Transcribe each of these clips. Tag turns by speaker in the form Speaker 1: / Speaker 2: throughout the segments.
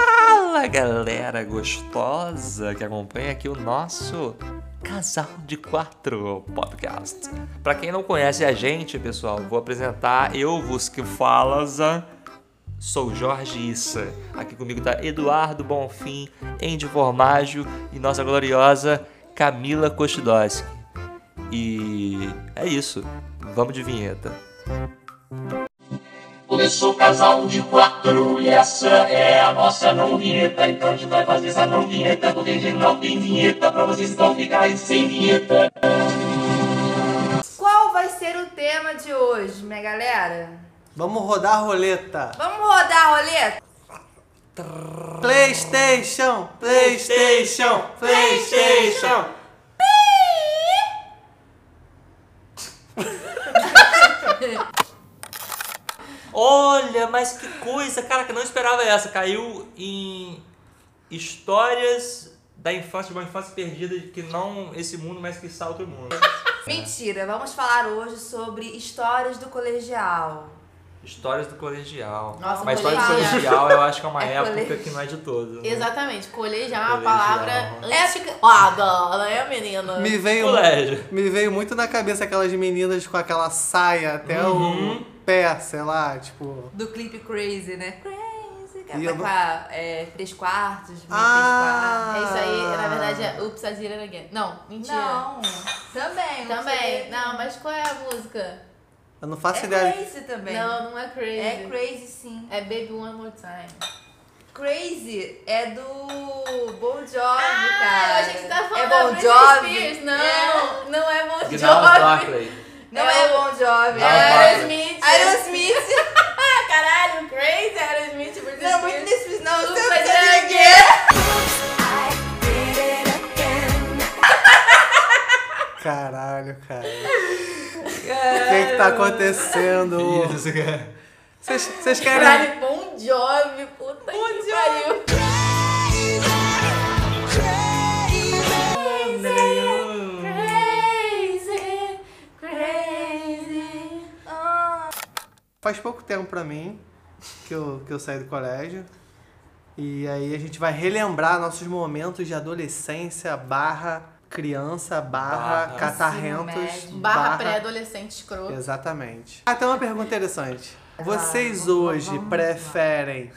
Speaker 1: Fala galera gostosa que acompanha aqui o nosso Casal de Quatro podcast. Pra quem não conhece a gente, pessoal, vou apresentar eu vos que falas. Sou Jorge Issa. Aqui comigo tá Eduardo Bonfim, Andy Formaggio e nossa gloriosa Camila Kostidoski. E é isso. Vamos de vinheta.
Speaker 2: Começou o casal de quatro e essa é a nossa não vinheta. Então a gente vai fazer essa não vinheta porque a gente não tem vinheta pra vocês não ficarem sem vinheta.
Speaker 3: Qual vai ser o tema de hoje, minha galera?
Speaker 4: Vamos rodar a roleta.
Speaker 3: Vamos rodar a roleta?
Speaker 4: PlayStation, PlayStation, PlayStation.
Speaker 1: Olha, mas que coisa, caraca, não esperava essa. Caiu em histórias da infância, de uma infância perdida, de que não esse mundo, mas que está outro mundo.
Speaker 3: Mentira, vamos falar hoje sobre histórias do colegial.
Speaker 1: Histórias do colegial.
Speaker 5: Nossa,
Speaker 1: mas história do
Speaker 5: colegial.
Speaker 1: colegial eu acho que é uma
Speaker 3: É
Speaker 1: época
Speaker 3: colegi-
Speaker 1: que não é de todos. né?
Speaker 5: Exatamente, colegial é uma
Speaker 1: Colegial.
Speaker 5: palavra
Speaker 3: É,
Speaker 5: antiquada, né, menina?
Speaker 4: Me veio,
Speaker 1: Colégio.
Speaker 4: me veio muito na cabeça aquelas meninas com aquela saia até
Speaker 1: Uhum.
Speaker 4: o pé, sei lá, tipo.
Speaker 3: Do clipe Crazy, né? Crazy, que
Speaker 4: E
Speaker 3: ela
Speaker 4: eu
Speaker 3: tá com a, é, três quartos, meio
Speaker 4: Ah!
Speaker 5: É isso aí, na verdade é Oops, I Did It Again. Não,
Speaker 3: três quartos.
Speaker 5: mentira.
Speaker 3: Não, é também. não
Speaker 5: Também,
Speaker 3: sei.
Speaker 5: não, mas qual é a música?
Speaker 4: Eu não faço
Speaker 3: É
Speaker 4: ideia.
Speaker 3: Crazy também.
Speaker 5: Não, não é Crazy.
Speaker 3: É Crazy sim.
Speaker 5: É Baby One More Time.
Speaker 3: Crazy é do Bon Jovi,
Speaker 5: Ah,
Speaker 3: cara.
Speaker 5: eu achei que você tava falando
Speaker 3: é
Speaker 5: da
Speaker 3: Bon
Speaker 5: Britney
Speaker 3: Jovi.
Speaker 5: Spears. Não,
Speaker 3: É.
Speaker 5: não é Bon Jovi.
Speaker 1: Gnaldo Barclay.
Speaker 3: Não é,
Speaker 5: É o-
Speaker 3: Bon Jovi.
Speaker 5: É
Speaker 1: Não, Barclay.
Speaker 5: Aerosmith.
Speaker 3: Aerosmith.
Speaker 5: Ah, caralho, Crazy, Aerosmith,
Speaker 3: Não,
Speaker 5: Britney
Speaker 3: é
Speaker 5: Spears.
Speaker 3: Britney Spears não.
Speaker 5: Oops,
Speaker 3: Você
Speaker 5: I Did
Speaker 3: tá ligado?
Speaker 5: It Again.
Speaker 4: Caralho, cara. O que, que tá acontecendo?
Speaker 1: Isso, é. cara.
Speaker 4: Vocês vocês querem.
Speaker 5: Caralho, Bon Jovi, puta que pariu. Crazy, crazy.
Speaker 4: Faz pouco tempo pra mim que eu, que eu saí do colégio. E aí a gente vai relembrar nossos momentos de adolescência barra criança barra,
Speaker 1: Barra.
Speaker 4: catarrentos
Speaker 3: médio.
Speaker 5: Barra pré-adolescente escroto.
Speaker 4: Exatamente. Ah, tem uma pergunta interessante. Vocês
Speaker 3: Ah, vamos lá,
Speaker 4: hoje
Speaker 3: vamos lá.
Speaker 4: preferem,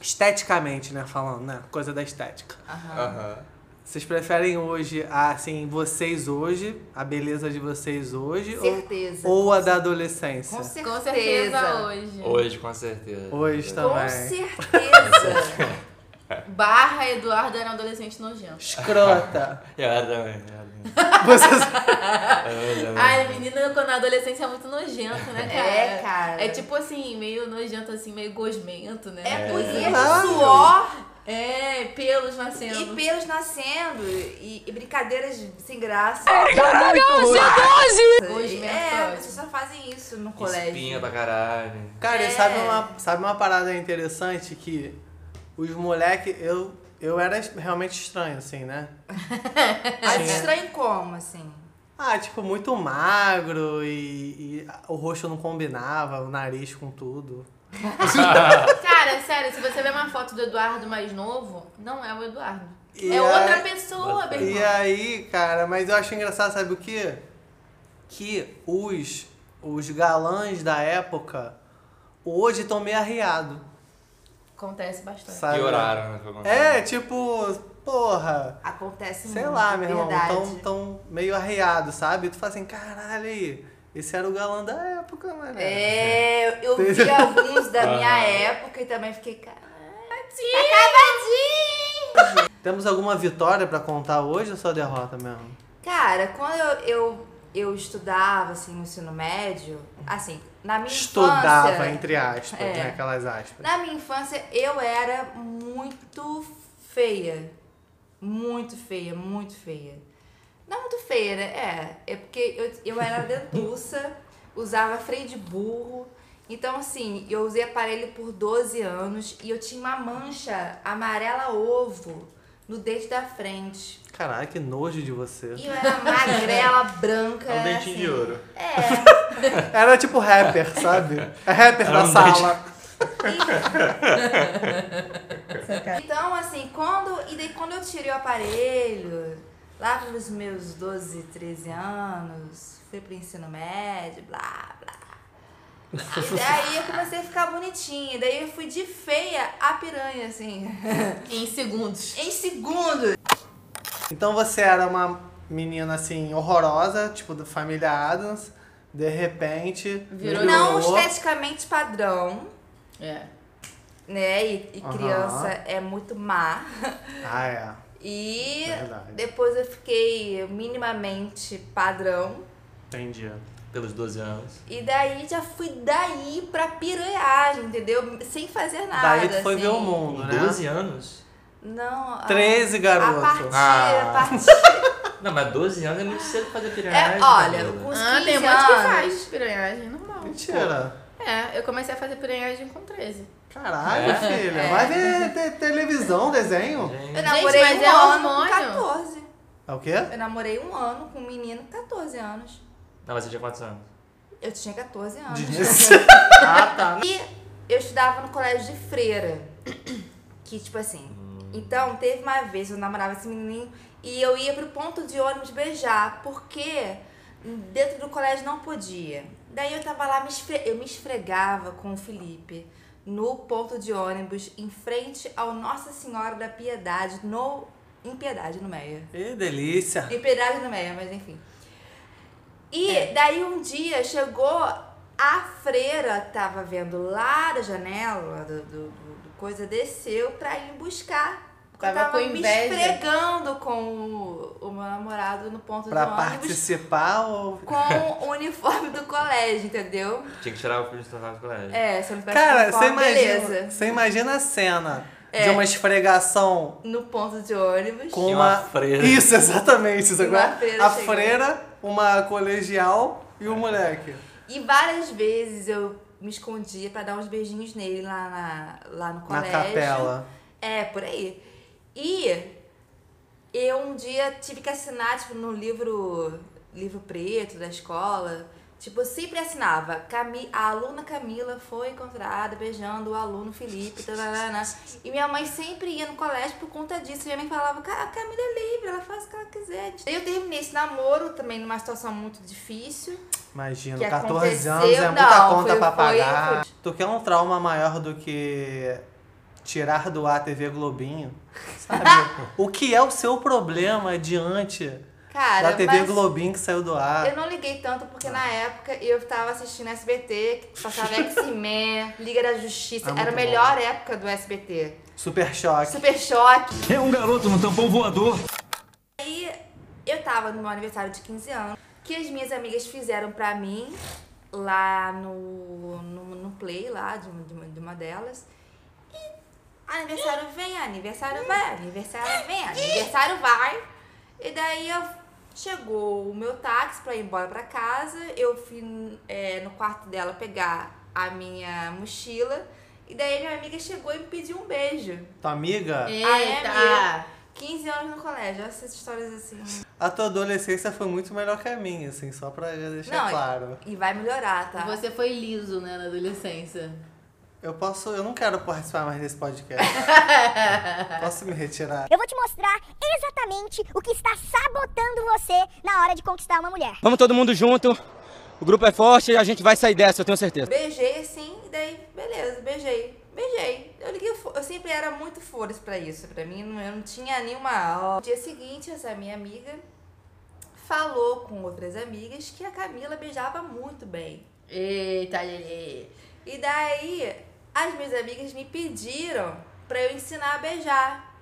Speaker 4: esteticamente, né, falando, né, coisa da estética.
Speaker 1: Aham.
Speaker 4: Vocês preferem hoje, a, assim, vocês hoje, a beleza de vocês hoje, ou,
Speaker 3: Certeza.
Speaker 4: ou a da adolescência?
Speaker 3: Com certeza.
Speaker 5: Com certeza hoje.
Speaker 1: Hoje, com certeza.
Speaker 4: Hoje
Speaker 3: Com
Speaker 4: também.
Speaker 3: certeza.
Speaker 5: Barra Eduardo era um adolescente nojento.
Speaker 4: Escrota.
Speaker 1: Eu era também. eu era também.
Speaker 4: Vocês...
Speaker 1: Eu era também.
Speaker 5: Ai, menina, quando na adolescência é muito nojento, né, cara?
Speaker 3: É, cara.
Speaker 5: É tipo assim, meio nojento, assim, meio gosmento, né?
Speaker 3: É poesia,
Speaker 4: Claro.
Speaker 3: suor
Speaker 5: É, pelos nascendo.
Speaker 3: e pelos nascendo. E, e brincadeiras sem graça.
Speaker 1: É,
Speaker 5: Gosmento.
Speaker 3: É, vocês só fazem isso no
Speaker 1: Espinha
Speaker 3: colégio.
Speaker 1: pra caralho.
Speaker 4: Cara, e
Speaker 3: É.
Speaker 4: sabe uma, sabe uma parada interessante que os moleque, eu, eu era es- realmente estranho, assim, né?
Speaker 3: Mas estranho como, assim?
Speaker 4: Ah, tipo, muito magro e, e o rosto não combinava, o nariz com tudo.
Speaker 5: Cara, sério, se você vê uma foto do Eduardo mais novo, não é o Eduardo.
Speaker 4: E
Speaker 5: é
Speaker 4: a-
Speaker 5: outra pessoa, bem
Speaker 4: E aí, cara, mas eu acho engraçado, sabe o quê? Que os, os galãs da época hoje estão meio arriado,
Speaker 5: Acontece bastante.
Speaker 4: sabe?
Speaker 1: Pioraram, né? foi uma-
Speaker 4: É, tipo, porra,
Speaker 3: Acontece
Speaker 4: sei
Speaker 3: muito,
Speaker 4: lá, meu irmão,
Speaker 3: Hum, é
Speaker 4: então tá.
Speaker 3: verdade.
Speaker 4: tão, tão meio arriado, sabe? Tu fala assim, caralho aí, esse era o galã da época, mano.
Speaker 3: É, eu vi alguns da minha época e também fiquei, caralho.
Speaker 4: Temos alguma vitória pra contar hoje ou só derrota mesmo?
Speaker 3: Cara, quando eu, eu, eu estudava, assim, no ensino médio, assim, na minha
Speaker 4: Estudava,
Speaker 3: infância...
Speaker 4: entre aspas,
Speaker 3: É.
Speaker 4: né? Aquelas aspas.
Speaker 3: Na minha infância, eu era muito feia. Muito feia, muito feia. Não muito feia, né? É, é porque eu, eu era dentuça, usava freio de burro. Então, assim, eu usei aparelho por 12 anos e eu tinha uma mancha amarela ovo no dente da frente.
Speaker 4: Caralho, que nojo de você.
Speaker 3: E eu era magrela, branca.
Speaker 1: É um dentinho
Speaker 3: assim.
Speaker 1: de ouro.
Speaker 3: É,
Speaker 4: Era tipo rapper, sabe? É rapper
Speaker 1: Era
Speaker 4: da
Speaker 1: um
Speaker 4: sala.
Speaker 3: E-
Speaker 6: cara.
Speaker 3: Então, assim, quando. E daí quando eu tirei o aparelho, lá pelos meus 12, 13 anos, fui pro ensino médio, blá, blá. E daí eu comecei a ficar bonitinha. Daí eu fui de feia a piranha, assim.
Speaker 5: Em segundos.
Speaker 3: em segundos.
Speaker 4: Então você era uma menina assim, horrorosa, tipo da família Adams, de repente.
Speaker 5: Virou-
Speaker 3: Não
Speaker 4: melhorou.
Speaker 3: esteticamente padrão,
Speaker 5: É.
Speaker 3: né? E, e
Speaker 4: Aham.
Speaker 3: criança é muito má.
Speaker 4: Ah, é.
Speaker 3: E
Speaker 4: Verdade.
Speaker 3: depois eu fiquei minimamente padrão.
Speaker 4: Entendi.
Speaker 1: Pelos 12 anos.
Speaker 3: E daí já fui daí pra piranhagem, entendeu? Sem fazer nada.
Speaker 4: Daí tu foi
Speaker 3: assim.
Speaker 4: ver o mundo,
Speaker 1: Com
Speaker 4: né?
Speaker 1: 12 anos?
Speaker 3: Não. a-
Speaker 4: 13, garoto.
Speaker 3: A partir,
Speaker 1: Ah.
Speaker 3: a partir.
Speaker 1: Não, mas 12 anos é muito cedo pra fazer piranhagem.
Speaker 3: É, olha,
Speaker 1: Camila.
Speaker 3: com os 15
Speaker 5: ah, tem um monte que
Speaker 3: anos.
Speaker 5: faz piranhagem, normal.
Speaker 4: Mentira.
Speaker 5: É, eu comecei a fazer piranhagem com 13.
Speaker 4: Caralho,
Speaker 1: É.
Speaker 4: filha. Vai ver te- televisão, desenho.
Speaker 3: Eu
Speaker 1: Gente,
Speaker 3: namorei
Speaker 5: mas
Speaker 3: um
Speaker 5: é
Speaker 3: ano
Speaker 5: hormônio.
Speaker 3: com 14.
Speaker 4: É o quê?
Speaker 3: Eu namorei um ano com um menino com 14 anos.
Speaker 1: Não, mas você tinha quantos anos?
Speaker 3: Eu tinha 14 anos.
Speaker 4: ah, tá.
Speaker 3: E eu estudava no colégio de freira. Que, tipo assim. Então, teve uma vez eu namorava esse menininho e eu ia pro ponto de ônibus beijar, porque dentro do colégio não podia. Daí eu tava lá, me esfre- eu me esfregava com o Felipe no ponto de ônibus, em frente ao Nossa Senhora da Piedade, no. Em Piedade, no Meia.
Speaker 4: Que delícia.
Speaker 3: E pedágio no meio, mas enfim. E
Speaker 5: É.
Speaker 3: daí um dia chegou, a freira tava vendo lá da janela, do, do- do- do coisa, desceu pra ir buscar. Porque eu
Speaker 5: Tava com
Speaker 3: me
Speaker 5: inveja.
Speaker 3: esfregando com o, o meu namorado no ponto
Speaker 4: Pra
Speaker 3: do ônibus
Speaker 4: participar ou.
Speaker 3: com o uniforme do colégio, entendeu?
Speaker 1: Tinha que tirar o filho de trabalho do colégio.
Speaker 3: É, você não pode
Speaker 4: Cara, você
Speaker 3: uniforme,
Speaker 4: imagina,
Speaker 3: beleza. É.
Speaker 4: você imagina a cena de uma esfregação
Speaker 3: No ponto de ônibus.
Speaker 4: com
Speaker 1: E uma
Speaker 4: uma.
Speaker 1: freira.
Speaker 4: Isso, exatamente. Isso
Speaker 3: E uma
Speaker 4: agora.
Speaker 3: freira
Speaker 4: a
Speaker 3: chegando.
Speaker 4: freira, uma colegial e o moleque.
Speaker 3: E várias vezes eu me escondia pra dar uns beijinhos nele lá, na, lá no
Speaker 4: Na
Speaker 3: colégio.
Speaker 4: capela.
Speaker 3: É, por aí. E eu um dia tive que assinar, tipo, no livro, livro preto da escola. Tipo, eu sempre assinava. Cami a aluna Camila foi encontrada beijando o aluno Felipe. Tararana. E minha mãe sempre ia no colégio por conta disso. Minha mãe falava, "Ca- a Camila é livre, ela faz o que ela quiser. Daí eu terminei esse namoro também numa situação muito difícil.
Speaker 4: Imagina,
Speaker 3: que
Speaker 4: 14
Speaker 3: aconteceu,
Speaker 4: anos é muita
Speaker 3: não,
Speaker 4: conta
Speaker 3: foi- um-
Speaker 4: pra
Speaker 3: foi-
Speaker 4: pagar. Tu quer um trauma maior do que tirar do ar a TV Globinho? Sabe? o que é o seu problema diante
Speaker 3: Cara,
Speaker 4: da TV
Speaker 3: mas
Speaker 4: Globinho que saiu do ar?
Speaker 3: eu não liguei tanto porque
Speaker 4: Ah.
Speaker 3: na época eu tava assistindo SBT, que passava X-Men, Liga da Justiça.
Speaker 4: Ah, muito
Speaker 3: Era a
Speaker 4: bom.
Speaker 3: melhor época do SBT.
Speaker 4: Super choque.
Speaker 3: Super choque.
Speaker 7: É um garoto no tampão voador.
Speaker 3: Eu tava no meu aniversário de 15 anos, que as minhas amigas fizeram pra mim lá no, no, no play lá de, uma- de uma- de uma delas. E aniversário vem, aniversário vai, aniversário vem, aniversário vai. E daí eu, chegou o meu táxi pra ir embora pra casa. Eu fui é, no quarto dela pegar a minha mochila. E daí minha amiga chegou e me pediu um beijo.
Speaker 4: Tua
Speaker 5: Ah,
Speaker 4: amiga,
Speaker 5: é Eita!
Speaker 3: 15 anos no colégio, olha essas histórias assim.
Speaker 4: a tua adolescência foi muito melhor que a minha, assim, só pra já deixar
Speaker 3: Não,
Speaker 4: claro.
Speaker 3: E vai melhorar, tá?
Speaker 5: Você foi liso, né, na adolescência.
Speaker 4: Eu posso. Eu não quero participar mais desse podcast. posso me retirar?
Speaker 8: Eu vou te mostrar exatamente o que está sabotando você na hora de conquistar uma mulher.
Speaker 7: Vamos todo mundo junto. O grupo é forte e a gente vai sair dessa, eu tenho certeza.
Speaker 3: Beijei assim, e daí, beleza, beijei. Beijei. Eu liguei, o fo- eu sempre era muito força pra isso, pra mim, não- eu não tinha nenhuma. No dia seguinte, essa minha amiga falou com outras amigas que a Camila beijava muito bem.
Speaker 5: Eita, Lelê.
Speaker 3: E daí, as minhas amigas me pediram pra eu ensinar a beijar.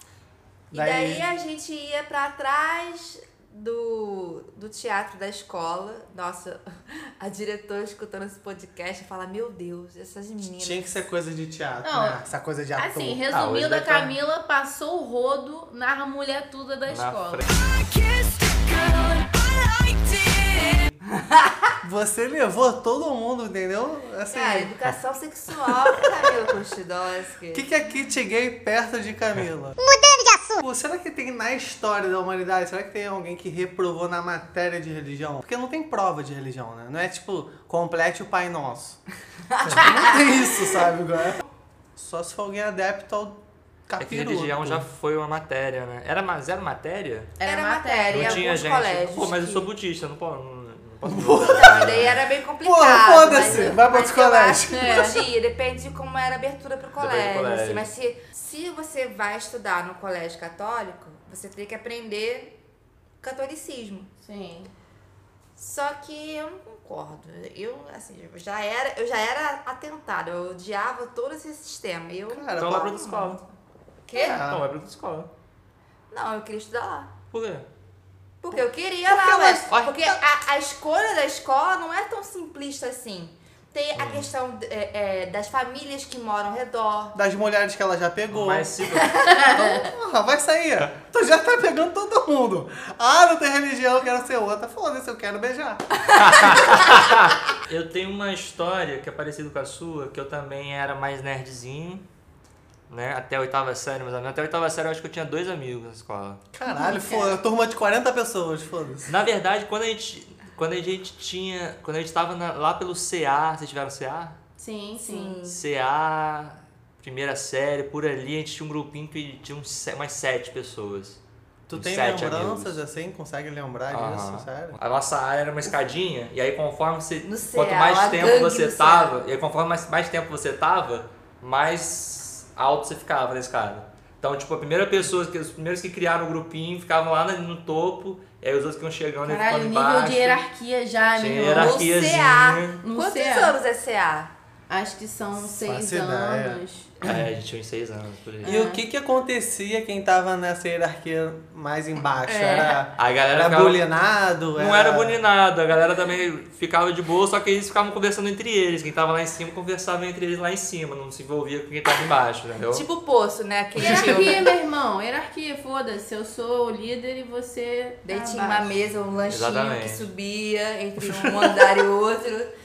Speaker 3: E
Speaker 4: Daí-
Speaker 3: daí a gente ia pra trás do, do teatro da escola. Nossa, a diretora escutando esse podcast fala: Meu Deus, essas meninas.
Speaker 4: Tinha que ser coisa de teatro,
Speaker 5: Não,
Speaker 4: né? Essa coisa de ator.
Speaker 5: Assim,
Speaker 1: Ah, hoje
Speaker 5: resumindo,
Speaker 1: vai
Speaker 5: a
Speaker 1: estar-
Speaker 5: Camila passou o rodo na mulher toda da escola.
Speaker 1: frente.
Speaker 4: Você levou todo mundo, entendeu? Assim.
Speaker 3: Cara, educação sexual, Camila Kostidowski.
Speaker 4: O que, que é kit gay perto de Camila?
Speaker 8: Mudando de assunto.
Speaker 4: Pô, será que tem na história da humanidade? Será que tem alguém que reprovou na matéria de religião? Porque não tem prova de religião, né? Não é tipo, complete o Pai Nosso. tipo, não tem isso, sabe? Agora. Só se for alguém adepto ao
Speaker 1: É que religião já foi uma matéria, né? Era, ma- zero matéria?
Speaker 5: Era,
Speaker 3: Era
Speaker 5: matéria.
Speaker 3: matéria.
Speaker 1: não
Speaker 3: alguns
Speaker 1: tinha gente.
Speaker 3: colégios
Speaker 1: Pô, mas eu
Speaker 3: que-
Speaker 1: sou budista, não posso. Não, não posso
Speaker 3: Então, daí era bem complicado.
Speaker 4: Porra, foda-se,
Speaker 3: mas eu-
Speaker 4: vai pra
Speaker 3: mas
Speaker 4: outro
Speaker 3: eu
Speaker 4: colégio.
Speaker 3: acho que
Speaker 5: É.
Speaker 3: podia, depende de como era a abertura pro
Speaker 1: Depende do
Speaker 3: colégio.
Speaker 1: colégio.
Speaker 3: assim, mas se, se você vai estudar no colégio católico, você tem que aprender catolicismo.
Speaker 5: Sim.
Speaker 3: Só que eu não concordo. Eu, assim, eu já era, eu já era atentada, eu odiava todo esse sistema. Eu
Speaker 4: Cara,
Speaker 1: Então
Speaker 4: pô,
Speaker 1: vai pra outra escola.
Speaker 3: Quê?
Speaker 4: Ah.
Speaker 1: Então vai pra outra escola.
Speaker 3: Não, eu queria estudar lá.
Speaker 1: Por quê?
Speaker 3: Porque eu queria lá, mas. Porque a, a escolha da escola não é tão simplista assim. Tem a questão é, é, das famílias que moram ao redor.
Speaker 4: Das mulheres que ela já pegou. Então,
Speaker 1: Mas É. se.
Speaker 4: Porra, vai sair. Tu já tá pegando todo mundo. Ah, não tem religião, eu quero ser outra. Foda-se, eu quero beijar.
Speaker 1: Eu tenho uma história que é parecida com a sua, que eu também era mais nerdzinho, né? Até a oitava série, meus amigos. Até a oitava série eu acho que eu tinha dois amigos na escola.
Speaker 4: Caralho, foda turma de 40 pessoas, foda-se.
Speaker 1: Na verdade, quando a gente. Quando a gente tinha. Quando a gente tava na- lá pelo CA, vocês tiveram CA?
Speaker 5: Sim, sim.
Speaker 1: CA, primeira série, por ali, a gente tinha um grupinho que tinha uns se- umas sete pessoas.
Speaker 4: Tu
Speaker 1: Uns
Speaker 4: tem
Speaker 1: sete
Speaker 4: lembranças
Speaker 1: amigos.
Speaker 4: assim? Consegue
Speaker 5: Ah,
Speaker 4: lembrar
Speaker 5: é
Speaker 1: Aham.
Speaker 4: disso? Sério?
Speaker 1: A nossa área era uma escadinha, e aí conforme você.
Speaker 3: No
Speaker 1: quanto
Speaker 3: céu,
Speaker 1: mais
Speaker 3: a
Speaker 1: tempo
Speaker 3: gangue
Speaker 1: você
Speaker 3: do céu.
Speaker 1: tava, e aí conforme mais, mais tempo você tava, mais alto você ficava na escada. Então, tipo, a primeira pessoa, que- os primeiros que criaram o grupinho ficavam lá no, no topo, e aí os outros que iam chegando e ficando
Speaker 5: Caralho, o nível
Speaker 1: embaixo.
Speaker 5: de hierarquia já,
Speaker 1: Tinha
Speaker 5: amigo.
Speaker 1: hierarquia.
Speaker 3: No CA.
Speaker 1: Hierarquiazinha.
Speaker 5: No
Speaker 3: Quantos
Speaker 5: CA?
Speaker 3: anos é CA?
Speaker 5: Acho que são seis
Speaker 4: ideia.
Speaker 5: anos.
Speaker 1: É, a gente tinha uns seis anos por
Speaker 3: É.
Speaker 1: aí.
Speaker 4: E o que que acontecia quem tava nessa hierarquia mais
Speaker 3: É.
Speaker 4: embaixo? Era,
Speaker 1: A galera
Speaker 4: era
Speaker 1: ficava-
Speaker 4: bulinado?
Speaker 1: Não era bulinado, a galera também ficava de boa, só que eles ficavam conversando entre eles. Quem tava lá em cima conversava entre eles lá em cima, não se envolvia com quem tava embaixo, entendeu?
Speaker 3: Tipo poço, né? Aquele filme.
Speaker 4: é
Speaker 5: Hierarquia, meu irmão. Hierarquia, foda-se. Eu sou o líder e você.
Speaker 3: Daí
Speaker 5: tá
Speaker 3: tinha uma
Speaker 5: abaixo.
Speaker 3: mesa, um lanchinho
Speaker 1: Exatamente.
Speaker 3: que subia entre um andar e outro.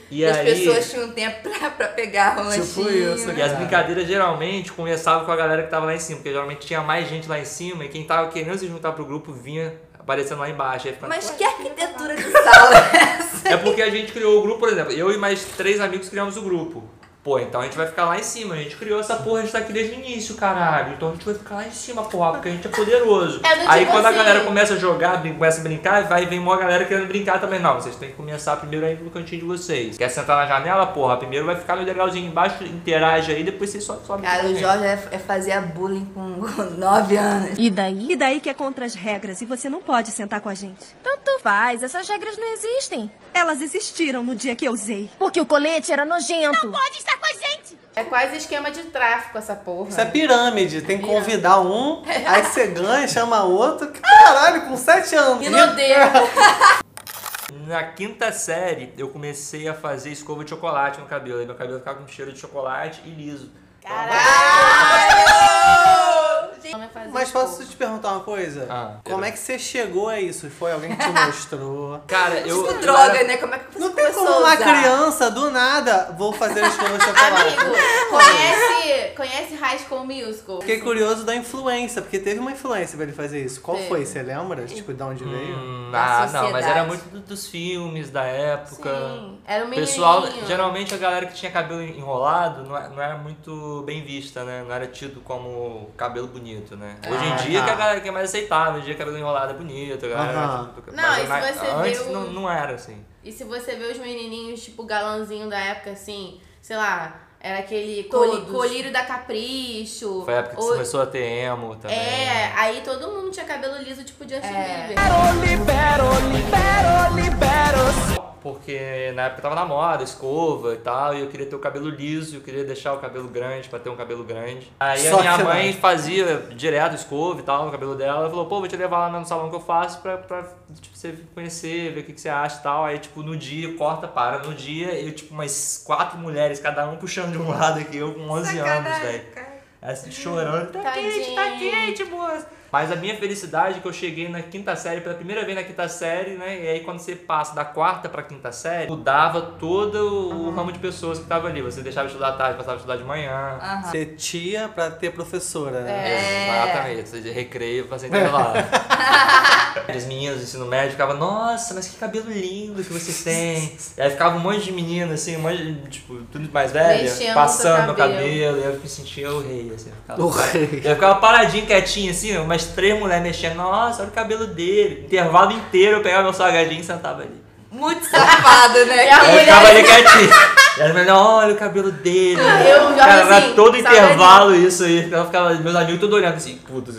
Speaker 1: E
Speaker 3: as
Speaker 1: aí-
Speaker 3: pessoas tinham um tempo pra, pra pegar o lanchinho.
Speaker 4: Tipo isso,
Speaker 1: E as brincadeiras geralmente começavam com a galera que tava lá em cima, porque geralmente tinha mais gente lá em cima e quem tava querendo se juntar pro grupo vinha aparecendo lá embaixo. Aí ficava-
Speaker 3: Mas que arquitetura de sala é essa?
Speaker 1: É porque a gente criou o grupo, por exemplo, eu e mais três amigos criamos o grupo. Pô, então a gente vai ficar lá em cima, a gente criou essa porra, a gente tá aqui desde o início, caralho. Então a gente vai ficar lá em cima, porra, porque a gente é poderoso.
Speaker 5: É do tipo
Speaker 1: Aí quando a
Speaker 5: assim.
Speaker 1: galera começa a jogar, brin- começa a brincar, vai vem uma galera querendo brincar também. Não, vocês têm que começar primeiro aí no cantinho de vocês. Quer sentar na janela, porra? Primeiro vai ficar no degrauzinho embaixo, interage aí, depois vocês só sobem.
Speaker 3: Cara, o Jorge é, é fazer bullying com 9 anos.
Speaker 6: E daí? E daí que é contra as regras e você não pode sentar com a gente.
Speaker 8: Tanto Então faz, essas regras não existem.
Speaker 6: Elas existiram no dia que eu usei.
Speaker 8: Porque o colete era nojento. Não pode estar com a gente!
Speaker 5: É quase esquema de tráfico essa porra.
Speaker 4: Isso é pirâmide, tem que convidar um,
Speaker 3: É.
Speaker 4: aí você ganha, chama outro. Que Caralho, com 7 anos.
Speaker 5: Inodeiro.
Speaker 1: Na quinta série, eu comecei a fazer escova de chocolate no cabelo. Aí meu cabelo ficava com cheiro de chocolate e liso.
Speaker 4: Mas posso te perguntar uma coisa?
Speaker 1: Ah.
Speaker 4: Como é que você chegou a isso? Foi alguém que te mostrou?
Speaker 1: Cara, eu.
Speaker 3: Tipo
Speaker 1: eu
Speaker 3: droga,
Speaker 1: era-
Speaker 3: né? Como é que você
Speaker 4: Não tem
Speaker 3: começou
Speaker 4: como
Speaker 3: a
Speaker 4: uma
Speaker 3: usar?
Speaker 4: criança, do nada, vou fazer escova de
Speaker 5: Amigo,
Speaker 4: chocolate.
Speaker 3: é?
Speaker 5: conhece, conhece High School Musical?
Speaker 4: Fiquei curioso da influência, porque teve uma influência pra ele fazer isso. Qual
Speaker 5: Teve.
Speaker 4: foi? Você lembra? Tipo, de onde veio?
Speaker 1: Hum,
Speaker 3: da
Speaker 1: ah, não, mas era
Speaker 3: sociedade.
Speaker 1: muito do- dos filmes da época.
Speaker 5: Sim, era um
Speaker 1: O
Speaker 5: menininho.
Speaker 1: Pessoal, geralmente a galera que tinha cabelo enrolado não é- não era muito bem vista, né? Não era tido como cabelo bonito, né? Hoje em
Speaker 4: Ah,
Speaker 1: dia
Speaker 4: tá.
Speaker 1: que a galera que é mais aceitável, hoje em dia cabelo enrolado é bonito, a galera. tipo,
Speaker 4: Aham.
Speaker 1: mas
Speaker 5: Não, e se
Speaker 1: na-
Speaker 5: você
Speaker 1: antes
Speaker 5: vê o-
Speaker 1: não, não era assim.
Speaker 5: E se você vê os menininhos, tipo, galãzinho da época, assim, sei lá, era aquele
Speaker 3: Todos.
Speaker 5: coli- colírio da Capricho.
Speaker 1: Foi a época que
Speaker 5: ou-
Speaker 1: você começou a ter emo também.
Speaker 5: É, aí todo mundo tinha cabelo liso, tipo Justin Bieber.
Speaker 1: Porque na época tava na moda, escova e tal, e eu queria ter o cabelo liso, eu queria deixar o cabelo grande pra ter um cabelo grande. Aí
Speaker 4: Só
Speaker 1: a minha
Speaker 4: que não.
Speaker 1: mãe fazia direto escova e tal no cabelo dela, ela falou, pô, vou te levar lá no salão que eu faço pra, pra tipo, você conhecer, ver o que, que você acha e tal. Aí, tipo, no dia, corta, para. No dia, eu, tipo, umas quatro mulheres, cada um puxando de um lado aqui, eu com 11 anos, velho.
Speaker 3: Sacanagem, cara.
Speaker 1: Assim, chorando. Tá
Speaker 5: Tadinho.
Speaker 1: quente, tá quente, moça. Mas a minha felicidade é que eu cheguei na quinta série pela primeira vez na quinta série, né? E aí quando você passa da quarta pra quinta série, mudava todo o ramo de pessoas que tava ali. Você deixava de estudar à tarde, passava a estudar de manhã.
Speaker 4: Ser tia pra ter professora,
Speaker 5: É.
Speaker 1: É.
Speaker 4: né?
Speaker 1: Exatamente, você de recreio pra
Speaker 4: É.
Speaker 1: sentar lá. As meninas do ensino médio ficavam, nossa, mas que cabelo lindo que você tem. E aí ficava um monte de menina, assim, um monte de, tipo, tudo mais velha,
Speaker 5: Mexendo
Speaker 1: passando
Speaker 5: seu
Speaker 1: meu
Speaker 5: cabelo.
Speaker 1: cabelo, e eu me sentia o rei, assim. eu ficava-
Speaker 4: O rei.
Speaker 1: Eu ficava paradinho, quietinho, assim, umas três mulheres mexendo, nossa, olha o cabelo dele. Intervalo inteiro eu pegava meu salgadinho e sentava ali.
Speaker 3: Muito safado, né?
Speaker 5: É a
Speaker 1: Eu
Speaker 5: mulher-
Speaker 1: ficava ali quietinho. E as mulheres, olha o cabelo dele.
Speaker 5: Eu já
Speaker 1: Cara,
Speaker 5: assim,
Speaker 1: era todo
Speaker 5: salgadinho.
Speaker 1: intervalo isso aí. Ela ficava, meus amigos todos olhando assim, putos.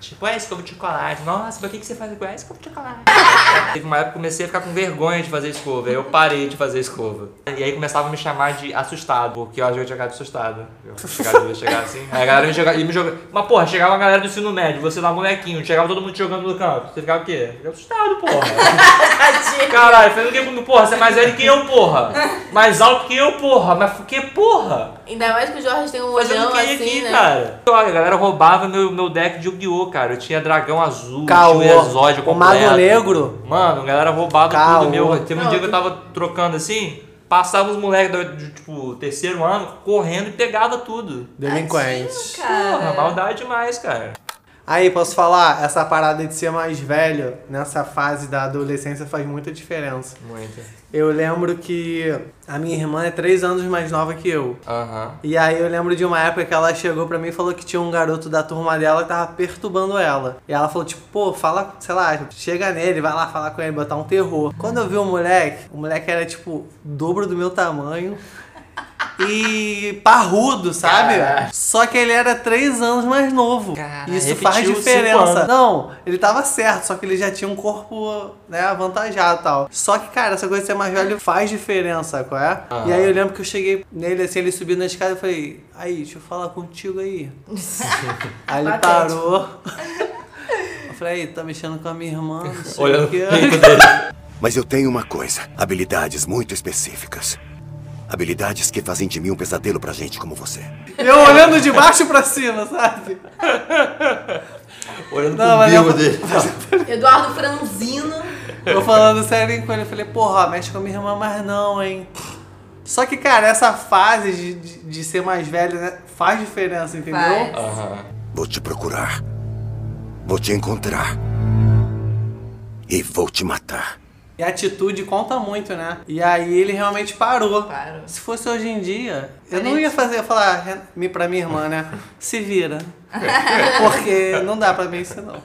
Speaker 1: Tipo, é escova de chocolate. Nossa, por que, que você faz com é escova de chocolate? Teve uma época que eu comecei a ficar com vergonha de fazer escova. Aí eu parei de fazer escova. E aí começava a me chamar de assustado, porque eu acho que eu tinha ficado assustado. Eu chegava, eu chegava assim. Aí a galera me jogava, e me jogava. Mas porra, chegava a galera do ensino médio, você lá molequinho, chegava todo mundo te jogando no campo. Você ficava o quê? Ficava assustado, porra. Caralho, fazendo o que comigo? Porra, você é mais velho que eu, porra. Mais alto que eu, porra. Mas que porra?
Speaker 5: Ainda mais que o Jorge tem um
Speaker 1: Fazendo o
Speaker 5: olhão
Speaker 1: que
Speaker 5: assim,
Speaker 1: aqui,
Speaker 5: né?
Speaker 1: cara? Olha, a galera roubava meu, meu deck de Yu-Gi-Oh, cara. Eu tinha dragão azul,
Speaker 4: Caô.
Speaker 1: tinha o exódio
Speaker 4: O
Speaker 1: completo.
Speaker 4: Mago Negro.
Speaker 1: Mano, a galera roubava
Speaker 4: Caô.
Speaker 1: tudo meu. Teve um
Speaker 5: Não,
Speaker 1: dia que eu
Speaker 5: tu-
Speaker 1: tava trocando assim, passava os moleques do, de, tipo, terceiro ano correndo e pegava tudo.
Speaker 4: Delinquente.
Speaker 1: Porra, maldade demais, cara.
Speaker 4: Aí, posso falar? Essa parada de ser mais velho nessa fase da adolescência faz muita diferença.
Speaker 1: Muito.
Speaker 4: Eu lembro que a minha irmã é três anos mais nova que eu.
Speaker 1: Aham.
Speaker 4: E aí eu lembro de uma época que ela chegou pra mim e falou que tinha um garoto da turma dela que tava perturbando ela. E ela falou, tipo, pô, fala, sei lá, chega nele, vai lá falar com ele, botar um terror. Quando eu vi o moleque, o moleque era, tipo, dobro do meu tamanho. E parrudo, sabe? Só que ele era três anos mais novo.
Speaker 1: Cara,
Speaker 4: Isso
Speaker 1: repetiu
Speaker 4: faz
Speaker 1: cinco
Speaker 4: diferença.
Speaker 1: anos.
Speaker 4: Não, ele tava certo, só que ele já tinha um corpo, né, avantajado e tal. Só que, cara, essa coisa de ser mais velho faz diferença, qual é? E aí eu lembro que eu cheguei nele, assim, ele subiu na escada e falei, aí, deixa eu falar contigo aí. aí ele parou. Eu falei, aí, tá mexendo com a minha irmã, não sei
Speaker 1: Olhando
Speaker 4: o quê.
Speaker 1: pro peito dele.
Speaker 9: Mas eu tenho uma coisa: habilidades muito específicas. Habilidades que fazem de mim um pesadelo pra gente como você.
Speaker 4: Eu olhando de baixo pra cima, sabe?
Speaker 1: Olhando
Speaker 4: Não,
Speaker 1: pro
Speaker 4: mas eu-
Speaker 1: bico dele.
Speaker 5: Eduardo Franzino.
Speaker 4: Eu falando sério com ele, eu falei, porra, mexe com a minha irmã, mas não, hein? Só que, cara, essa fase de, de, de ser mais velho, né, faz diferença, entendeu?
Speaker 3: Faz.
Speaker 1: Aham.
Speaker 9: Vou te procurar. Vou te encontrar. E vou te matar.
Speaker 4: E a atitude conta muito, né? E aí ele realmente parou.
Speaker 5: Parou.
Speaker 4: Se fosse hoje em dia, eu não ia fazer, eu ia falar "Ren- me- pra minha irmã, né? Se vira. Porque não dá pra mim isso, não.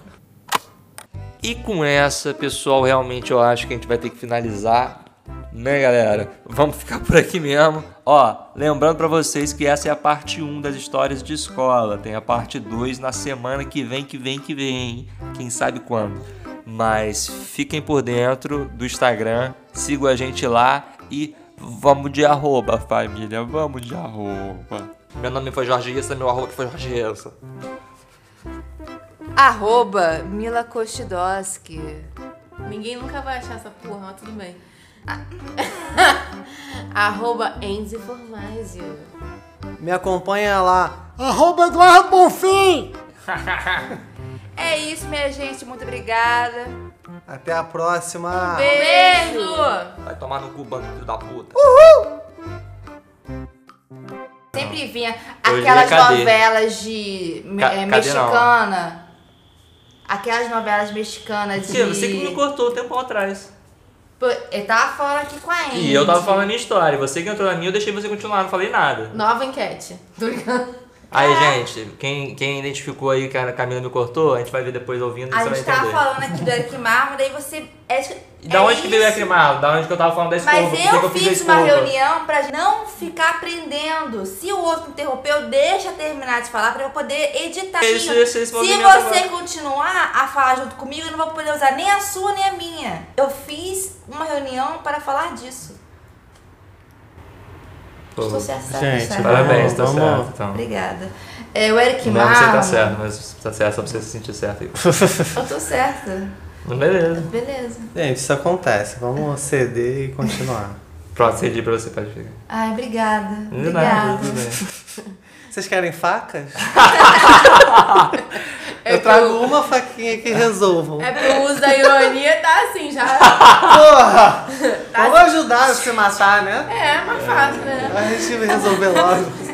Speaker 1: E com essa, pessoal, realmente eu acho que a gente vai ter que finalizar, né, galera? Vamos ficar por aqui mesmo. Ó, lembrando pra vocês que essa é a parte 1 das histórias de escola. Tem a parte 2 na semana que vem, que vem, que vem. Quem sabe quando. Mas fiquem por dentro do Instagram, sigam a gente lá e vamos de arroba, família. Vamos de arroba. Meu nome foi Jorge Essa, meu arroba que foi Jorge Essa.
Speaker 3: Arroba Mila Kostidoski.
Speaker 5: Ninguém nunca vai achar essa porra, mas tudo bem. Arroba Enzo Formazio.
Speaker 4: Me acompanha lá.
Speaker 9: Arroba Eduardo Bonfim!
Speaker 3: É isso, minha gente. Muito obrigada.
Speaker 4: Até a
Speaker 3: Um
Speaker 4: próxima.
Speaker 5: Beijo!
Speaker 1: Vai tomar no cu, banco filho da puta.
Speaker 3: Sempre vinha
Speaker 1: Hoje é
Speaker 3: aquelas
Speaker 1: cadê?
Speaker 3: novelas de me-
Speaker 1: Ca-
Speaker 3: eh,
Speaker 1: cadê não?
Speaker 3: mexicana. Aquelas novelas mexicanas de.
Speaker 1: Tia, você que me cortou um tempo atrás.
Speaker 3: Pô, Eu tava falando aqui com a Andy.
Speaker 1: E eu tava falando minha história, você que entrou na minha, eu deixei você continuar, não falei nada.
Speaker 5: Nova enquete. Tô brincando.
Speaker 1: Aí,
Speaker 3: É.
Speaker 1: gente, quem, quem identificou aí que a Camila me cortou, a gente vai ver depois ouvindo e
Speaker 3: A
Speaker 1: você vai
Speaker 3: gente tava
Speaker 1: entender.
Speaker 3: falando aqui do Eric Marmo, daí você. É,
Speaker 1: E da
Speaker 3: é
Speaker 1: onde que veio a
Speaker 3: isso.
Speaker 1: Crimado? Da onde que eu tava falando da escova?
Speaker 3: Mas
Speaker 1: Por que que
Speaker 3: eu,
Speaker 1: eu fiz a
Speaker 3: fiz uma
Speaker 1: escova?
Speaker 3: reunião pra não ficar aprendendo. Se o outro interrompeu, deixa eu terminar de falar pra eu poder editar.
Speaker 1: Esse- esse- esse
Speaker 3: Se
Speaker 1: movimento
Speaker 3: você
Speaker 1: agora.
Speaker 3: continuar a falar junto comigo, eu não vou poder usar nem a sua nem a minha. Eu fiz uma reunião para falar disso.
Speaker 1: Pô,
Speaker 3: Estou certa.
Speaker 4: Gente,
Speaker 3: certa.
Speaker 1: Parabéns, tá
Speaker 4: Vamos.
Speaker 1: certo. Então.
Speaker 3: Obrigada. É, o Eric
Speaker 1: Não é que você tá
Speaker 3: Marmo.
Speaker 1: certo, mas tá certo só pra você se sentir certo aí.
Speaker 3: Eu tô certa.
Speaker 1: Beleza.
Speaker 3: Beleza.
Speaker 4: Gente, isso acontece. Vamos ceder e continuar.
Speaker 1: Pronto, cedi pra você, pode ficar.
Speaker 3: Ai, obrigada.
Speaker 1: De nada,
Speaker 3: Obrigada.
Speaker 1: tudo bem.
Speaker 4: Vocês querem facas?
Speaker 5: É
Speaker 4: eu trago uma faquinha que resolvam.
Speaker 5: É porque o uso da ironia tá assim já.
Speaker 4: Porra! Vamos ajudar a se matar, né?
Speaker 5: É, mais fácil, né?
Speaker 4: A gente resolver logo.